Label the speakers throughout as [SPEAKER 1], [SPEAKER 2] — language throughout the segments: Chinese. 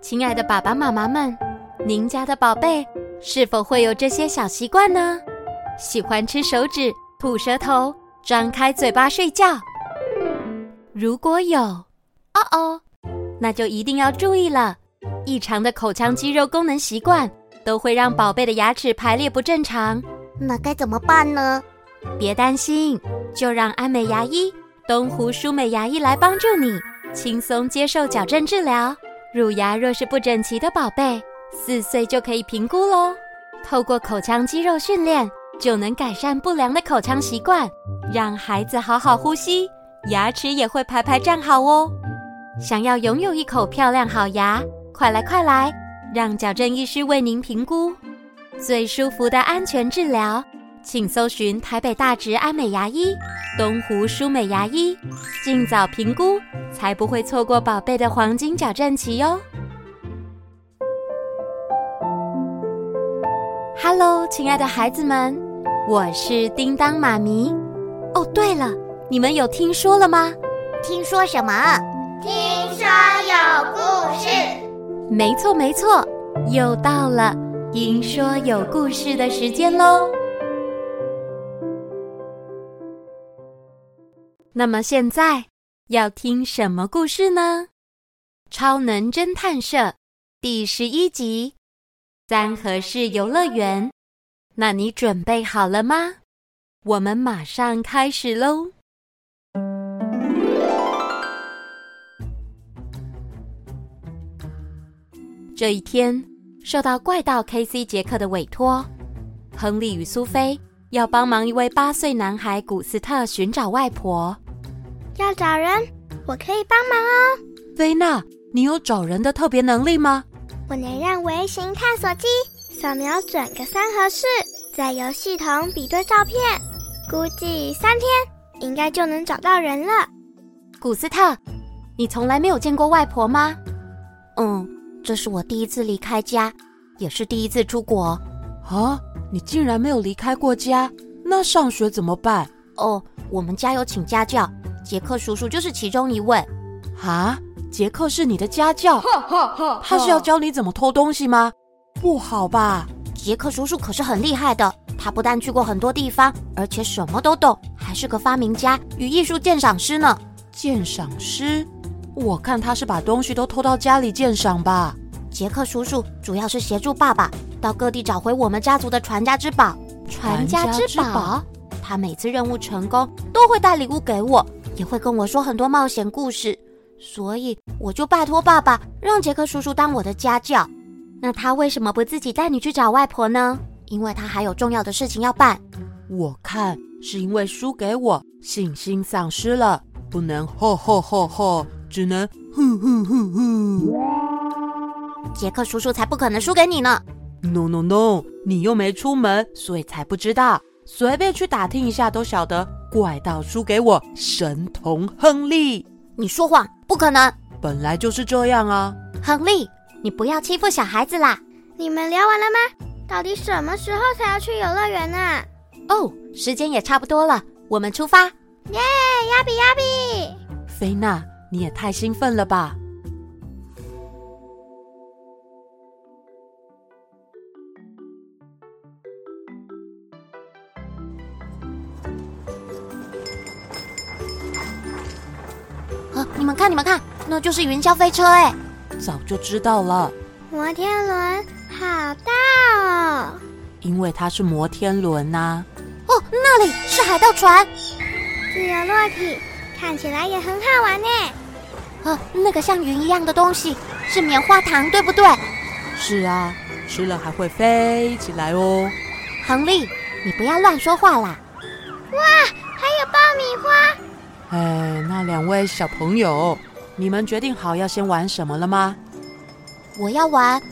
[SPEAKER 1] 亲爱的爸爸妈妈们，您家的宝贝是否会有这些小习惯呢？喜欢吃手指、吐舌头、张开嘴巴睡觉。如果有，哦哦，那就一定要注意了。异常的口腔肌肉功能习惯都会让宝贝的牙齿排列不正常。
[SPEAKER 2] 那该怎么办呢？
[SPEAKER 1] 别担心，就让安美牙医、东湖舒美牙医来帮助你，轻松接受矫正治疗。乳牙若是不整齐的宝贝，四岁就可以评估喽。透过口腔肌肉训练，就能改善不良的口腔习惯，让孩子好好呼吸，牙齿也会排排站好哦。想要拥有一口漂亮好牙，快来快来，让矫正医师为您评估最舒服的安全治疗。请搜寻台北大直安美牙医、东湖舒美牙医，尽早评估，才不会错过宝贝的黄金矫正期哟、哦。Hello，亲爱的孩子们，我是叮当妈咪。哦，对了，你们有听说了吗？
[SPEAKER 2] 听说什么？
[SPEAKER 3] 听说有故事。
[SPEAKER 1] 没错，没错，又到了听说有故事的时间喽。那么现在要听什么故事呢？《超能侦探社》第十一集《三河市游乐园》。那你准备好了吗？我们马上开始喽！这一天，受到怪盗 K.C. 杰克的委托，亨利与苏菲要帮忙一位八岁男孩古斯特寻找外婆。
[SPEAKER 4] 要找人，我可以帮忙哦。
[SPEAKER 1] 菲娜，你有找人的特别能力吗？
[SPEAKER 4] 我能让微型探索机扫描整个三河市，再由系统比对照片，估计三天应该就能找到人了。
[SPEAKER 1] 古斯特，你从来没有见过外婆吗？
[SPEAKER 2] 嗯，这是我第一次离开家，也是第一次出国。
[SPEAKER 5] 啊，你竟然没有离开过家？那上学怎么办？
[SPEAKER 2] 哦，我们家有请家教。杰克叔叔就是其中一位，
[SPEAKER 5] 啊！杰克是你的家教，他是要教你怎么偷东西吗？不好吧！
[SPEAKER 2] 杰克叔叔可是很厉害的，他不但去过很多地方，而且什么都懂，还是个发明家与艺术鉴赏师呢。
[SPEAKER 5] 鉴赏师，我看他是把东西都偷到家里鉴赏吧。
[SPEAKER 2] 杰克叔叔主要是协助爸爸到各地找回我们家族的传家之宝。
[SPEAKER 1] 传家之宝，
[SPEAKER 2] 他每次任务成功都会带礼物给我。也会跟我说很多冒险故事，所以我就拜托爸爸让杰克叔叔当我的家教。
[SPEAKER 1] 那他为什么不自己带你去找外婆呢？
[SPEAKER 2] 因为他还有重要的事情要办。
[SPEAKER 5] 我看是因为输给我，信心丧失了，不能吼吼吼吼，只能哼哼哼哼。
[SPEAKER 2] 杰克叔叔才不可能输给你呢
[SPEAKER 5] ！No No No，你又没出门，所以才不知道。随便去打听一下都晓得。怪盗输给我神童亨利！
[SPEAKER 2] 你说谎，不可能！
[SPEAKER 5] 本来就是这样啊！
[SPEAKER 2] 亨利，你不要欺负小孩子啦！
[SPEAKER 4] 你们聊完了吗？到底什么时候才要去游乐园啊？
[SPEAKER 1] 哦，时间也差不多了，我们出发！
[SPEAKER 4] 耶，亚比亚比！
[SPEAKER 5] 菲娜，你也太兴奋了吧！
[SPEAKER 2] 啊你们看，你们看，那就是云霄飞车哎！
[SPEAKER 5] 早就知道了。
[SPEAKER 4] 摩天轮好大哦！
[SPEAKER 5] 因为它是摩天轮呐、
[SPEAKER 2] 啊。哦，那里是海盗船，
[SPEAKER 4] 自由落体，看起来也很好玩呢。
[SPEAKER 2] 哦，那个像云一样的东西是棉花糖，对不对？
[SPEAKER 5] 是啊，吃了还会飞起来哦。
[SPEAKER 2] 亨利，你不要乱说话啦！
[SPEAKER 4] 哇，还有爆米花！
[SPEAKER 5] 哎，那两位小朋友，你们决定好要先玩什么了吗？
[SPEAKER 2] 我要玩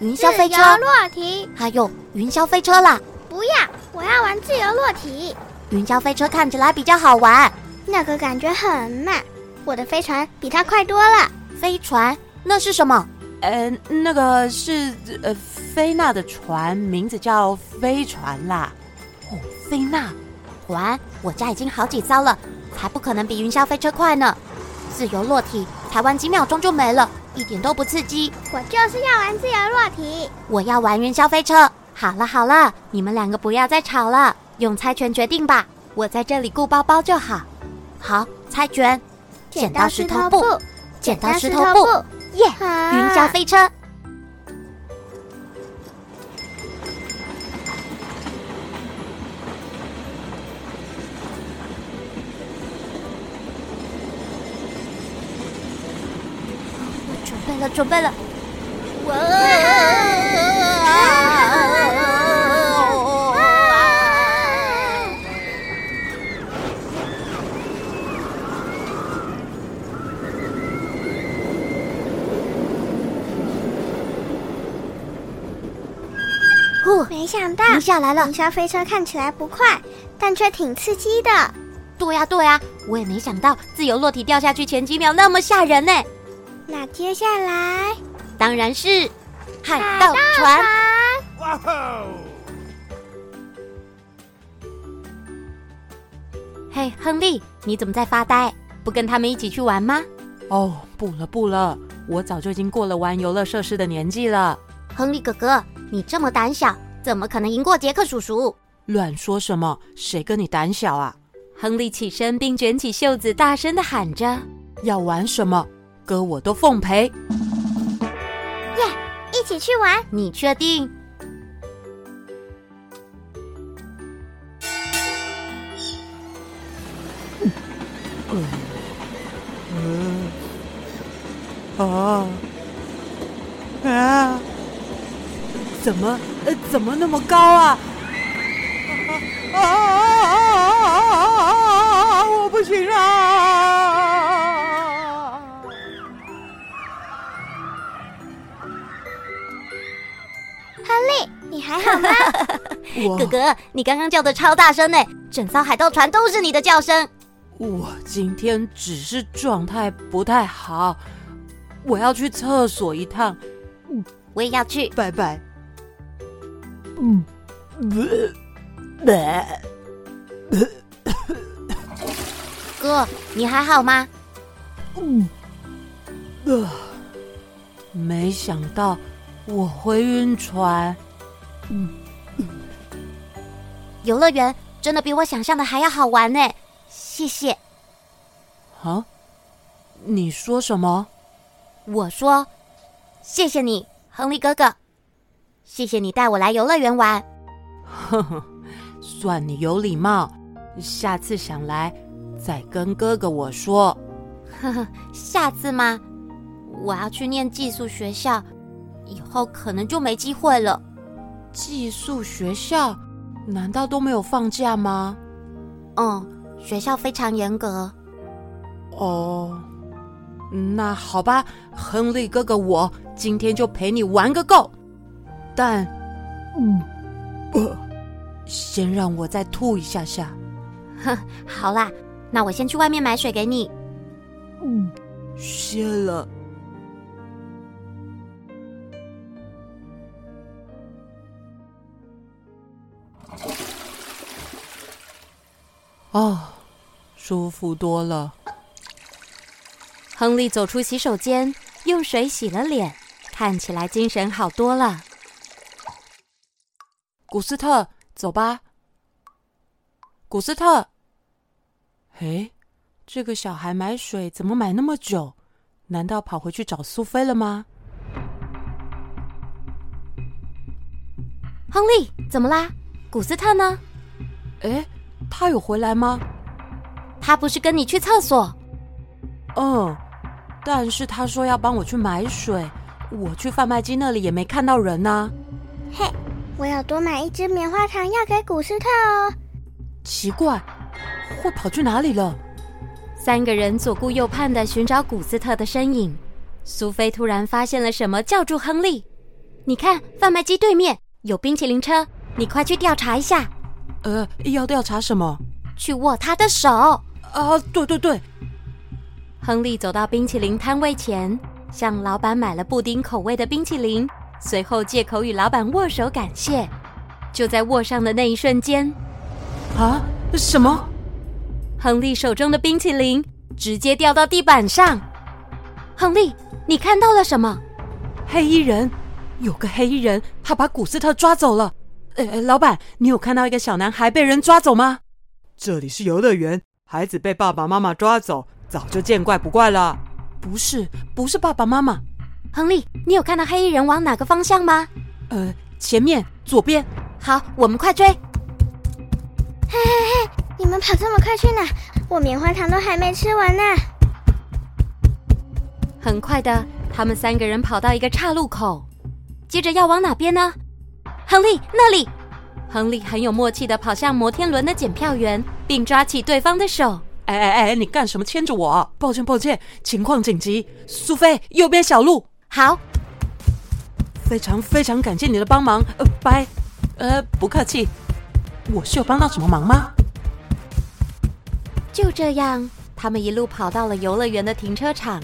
[SPEAKER 2] 云霄飞车、
[SPEAKER 4] 落体，
[SPEAKER 2] 还有云霄飞车啦！
[SPEAKER 4] 不要，我要玩自由落体。
[SPEAKER 2] 云霄飞车看起来比较好玩，
[SPEAKER 4] 那个感觉很慢，我的飞船比它快多了。
[SPEAKER 2] 飞船那是什么？
[SPEAKER 5] 呃，那个是呃菲娜的船，名字叫飞船啦。
[SPEAKER 2] 哦，菲娜船，我家已经好几艘了。才不可能比云霄飞车快呢！自由落体，台湾几秒钟就没了，
[SPEAKER 1] 一点都不刺激。
[SPEAKER 4] 我就是要玩自由落体。
[SPEAKER 1] 我要玩云霄飞车。好了好了，你们两个不要再吵了，用猜拳决定吧。我在这里顾包包就好。好，猜拳，剪刀石头布，剪刀石头布，耶！
[SPEAKER 4] 啊
[SPEAKER 1] 云霄飞车。我哦准备了，准备了。呼，
[SPEAKER 4] 没想到
[SPEAKER 1] 停下来了
[SPEAKER 4] 云。霄飞车看起来不快，但却挺刺激的。
[SPEAKER 1] 对呀、对呀、我也没想到自由落体掉下去前几秒那么吓人呢。
[SPEAKER 4] 那接下来，
[SPEAKER 1] 当然是海盗船。嘿，亨利，你怎么在发呆？不跟他们一起去玩吗？
[SPEAKER 5] 哦，不了不了，我早就已经过了玩游乐设施的年纪了。
[SPEAKER 1] 亨利哥哥，你这么胆小，怎么可能赢过杰克叔叔？
[SPEAKER 5] 乱说什么？谁跟你胆小啊？
[SPEAKER 6] 亨利起身并卷起袖子，大声的喊着。
[SPEAKER 5] 要玩什么？哥我都奉陪。
[SPEAKER 4] 一起去玩。
[SPEAKER 1] 你确定？
[SPEAKER 5] 啊啊！怎么呃怎么那么高啊？啊啊啊啊啊啊啊！我不行啊！
[SPEAKER 4] 你还好 吗？
[SPEAKER 5] 我
[SPEAKER 1] 哥哥，你刚刚叫的超大声呢，整艘海盗船都是你的叫声。
[SPEAKER 5] 我今天只是状态不太好，我要去厕所一趟，
[SPEAKER 1] 我也要去。
[SPEAKER 5] 拜拜。嗯呃
[SPEAKER 1] 哥，你还好吗？
[SPEAKER 5] 呃，没想到我会晕船。
[SPEAKER 1] 游乐园真的比我想象的还要好玩呢，谢谢。
[SPEAKER 5] 啊？你说什么？
[SPEAKER 1] 我说，谢谢你，亨利哥哥，谢谢你带我来游乐园玩。
[SPEAKER 5] 呵呵，算你有礼貌。下次想来，再跟哥哥我说。
[SPEAKER 1] 下次吗？我要去念寄宿学校，以后可能就没机会了。
[SPEAKER 5] 寄宿学校难道都没有放假吗？
[SPEAKER 1] 嗯，学校非常严格。
[SPEAKER 5] 哦，嗯那好吧，亨利哥哥我，今天就陪你玩个够。但，嗯，呃，先让我再吐一下下。
[SPEAKER 1] 好啦，那我先去外面买水给你。
[SPEAKER 5] 谢了。哦，舒服多了。
[SPEAKER 6] 亨利走出洗手间，用水洗了脸，看起来精神好多了。
[SPEAKER 5] 古斯特，走吧。古斯特，诶，这个小孩买水怎么买那么久？难道跑回去找苏菲了吗？
[SPEAKER 1] 亨利，怎么啦？古斯特呢？
[SPEAKER 5] 诶，他有回来吗？
[SPEAKER 1] 他不是跟你去厕所？
[SPEAKER 5] 嗯，但是他说要帮我去买水，我去贩卖机那里也没看到人啊呐、
[SPEAKER 4] 嘿，我有多买一支棉花糖要给古斯特哦。
[SPEAKER 5] 奇怪，会跑去哪里了？
[SPEAKER 6] 三个人左顾右盼的寻找古斯特的身影。苏菲突然发现了什么，叫住亨利：“你看，贩卖机对面有冰淇淋车，你快去调查一下，
[SPEAKER 5] 呃，要调查什么？
[SPEAKER 1] 去握他的手。
[SPEAKER 5] 啊，对对对，
[SPEAKER 6] 亨利走到冰淇淋摊位前，向老板买了布丁口味的冰淇淋，随后借口与老板握手感谢。就在握上的那一瞬间，
[SPEAKER 5] 啊，什么？
[SPEAKER 6] 亨利手中的冰淇淋直接掉到地板上。
[SPEAKER 1] 亨利，你看到了什么？
[SPEAKER 5] 黑衣人，有个黑衣人，他把古斯特抓走了。呃，老板，你有看到一个小男孩被人抓走吗？
[SPEAKER 7] 这里是游乐园，孩子被爸爸妈妈抓走，早就见怪不怪了。
[SPEAKER 5] 不是，不是爸爸妈妈。
[SPEAKER 1] 亨利，你有看到黑衣人往哪个方向吗？
[SPEAKER 5] 呃，前面，左边。
[SPEAKER 1] 好，我们快追！
[SPEAKER 4] 嘿嘿嘿，你们跑这么快去哪？我棉花糖都还没吃完呢。
[SPEAKER 1] 很快的，他们三个人跑到一个岔路口，接着要往哪边呢？亨利，那里！亨利很有默契的跑向摩天轮的检票员，并抓起对方的手。
[SPEAKER 5] 哎哎哎，你干什么牵着我？抱歉抱歉，情况紧急。苏菲，右边小路。
[SPEAKER 1] 好，
[SPEAKER 5] 非常非常感谢你的帮忙，呃，拜。呃，不客气。我是有帮到什么忙吗？
[SPEAKER 1] 就这样，他们一路跑到了游乐园的停车场。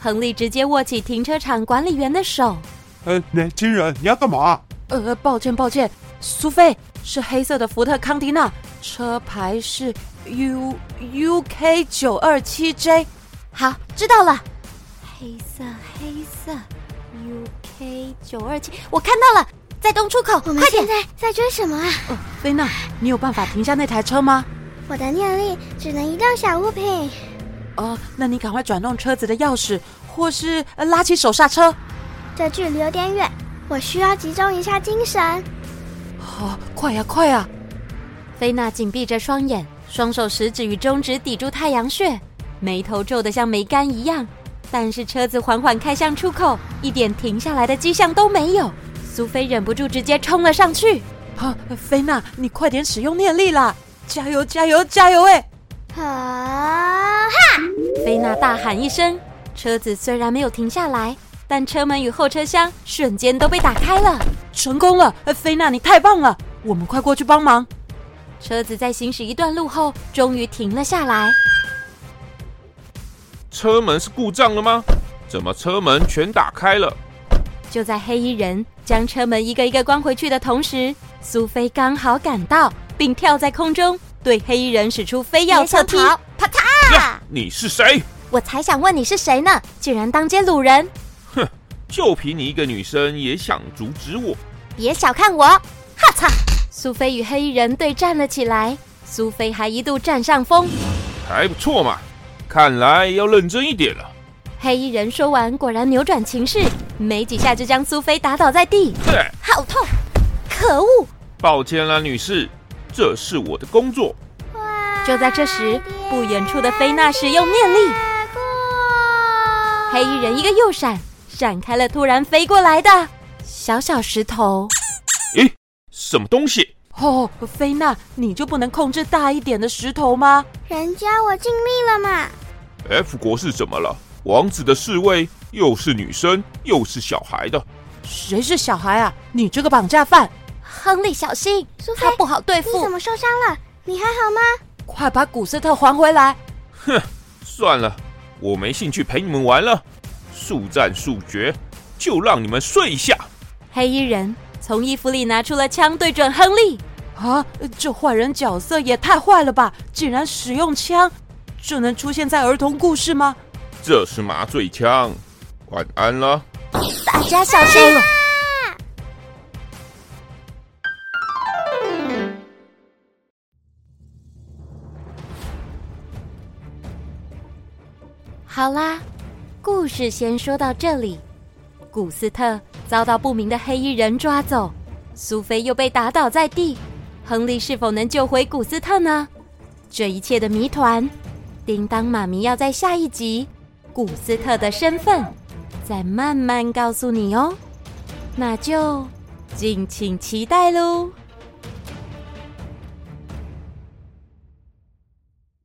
[SPEAKER 1] 亨利直接握起停车场管理员的手。
[SPEAKER 8] 呃，年轻人，你要干嘛？
[SPEAKER 5] 呃，抱歉抱歉，苏菲是黑色的福特康迪纳，车牌是 U U K 九二七 J。
[SPEAKER 1] 好，知道了。黑色黑色 U K 九二七，我看到了，在东出口，
[SPEAKER 4] 我们
[SPEAKER 1] 快点
[SPEAKER 4] 现！在在追什么啊？
[SPEAKER 5] 呃，菲娜，你有办法停下那台车吗？
[SPEAKER 4] 我的念力只能移动小物品。
[SPEAKER 5] 哦、那你赶快转动车子的钥匙，或是、呃拉起手刹车。
[SPEAKER 4] 这距离有点远，我需要集中一下精神。
[SPEAKER 5] 哦，快呀、快呀、
[SPEAKER 1] 菲娜紧闭着双眼，双手食指与中指抵住太阳穴，眉头皱得像梅干一样。但是车子缓缓开向出口，一点停下来的迹象都没有。苏菲忍不住直接冲了上去。
[SPEAKER 5] 啊！菲娜，你快点使用念力啦！加油加油加油！哎，
[SPEAKER 4] 啊！
[SPEAKER 1] 菲娜大喊一声，车子虽然没有停下来，但车门与后车厢瞬间都被打开了。
[SPEAKER 5] 成功了！呃菲娜，你太棒了！我们快过去帮忙。
[SPEAKER 1] 车子在行驶一段路后，终于停了下来。
[SPEAKER 9] 车门是故障了吗？怎么车门全打开了？
[SPEAKER 1] 就在黑衣人将车门一个一个关回去的同时，苏菲刚好赶到，并跳在空中，对黑衣人使出飞
[SPEAKER 2] 要
[SPEAKER 1] 跃侧
[SPEAKER 2] 想
[SPEAKER 1] 踢。
[SPEAKER 2] 逃，啪嗒！
[SPEAKER 9] 呀，你是谁？
[SPEAKER 2] 我才想问你是谁呢？
[SPEAKER 1] 竟然当街掳人！
[SPEAKER 9] 就凭你一个女生也想阻止我？
[SPEAKER 2] 别小看我！哈嚓！
[SPEAKER 1] 苏菲与黑衣人对战了起来，苏菲还一度占上风。
[SPEAKER 9] 还不错嘛，看来要认真一点了。
[SPEAKER 1] 黑衣人说完，果然扭转情势，没几下就将苏菲打倒在地。
[SPEAKER 9] 对，
[SPEAKER 2] 好痛！可恶！
[SPEAKER 9] 抱歉啦，女士，这是我的工作。
[SPEAKER 1] 就在这时，不远处的菲娜使用念力，黑衣人一个右闪，闪开了突然飞过来的小小石头。
[SPEAKER 9] 诶，什么东西？
[SPEAKER 5] 哦，菲娜，你就不能控制大一点的石头吗？
[SPEAKER 4] 人家我尽力了嘛。
[SPEAKER 9] F 国是怎么了？王子的侍卫又是女生又是小孩的，
[SPEAKER 5] 谁是小孩啊？你这个绑架犯！
[SPEAKER 2] 亨利，小心，
[SPEAKER 4] 苏菲
[SPEAKER 2] 他，不好对
[SPEAKER 4] 你
[SPEAKER 2] 付
[SPEAKER 4] 怎。么受伤了？你还好吗？
[SPEAKER 5] 快把古斯特还回来！
[SPEAKER 9] 算了，我没兴趣陪你们玩了。速战速决，就让你们睡一下。
[SPEAKER 1] 黑衣人从衣服里拿出了枪，对准亨利。
[SPEAKER 5] 啊，这坏人角色也太坏了吧！竟然使用枪，这能出现在儿童故事吗？
[SPEAKER 9] 这是麻醉枪，晚安啦。
[SPEAKER 2] 大家
[SPEAKER 1] 啊
[SPEAKER 2] 小心！啊
[SPEAKER 1] 好啦，故事先说到这里。古斯特遭到不明的黑衣人抓走，苏菲又被打倒在地。亨利是否能救回古斯特呢？这一切的谜团，叮当妈咪要在下一集古斯特的身份再慢慢告诉你哦。那就敬请期待喽。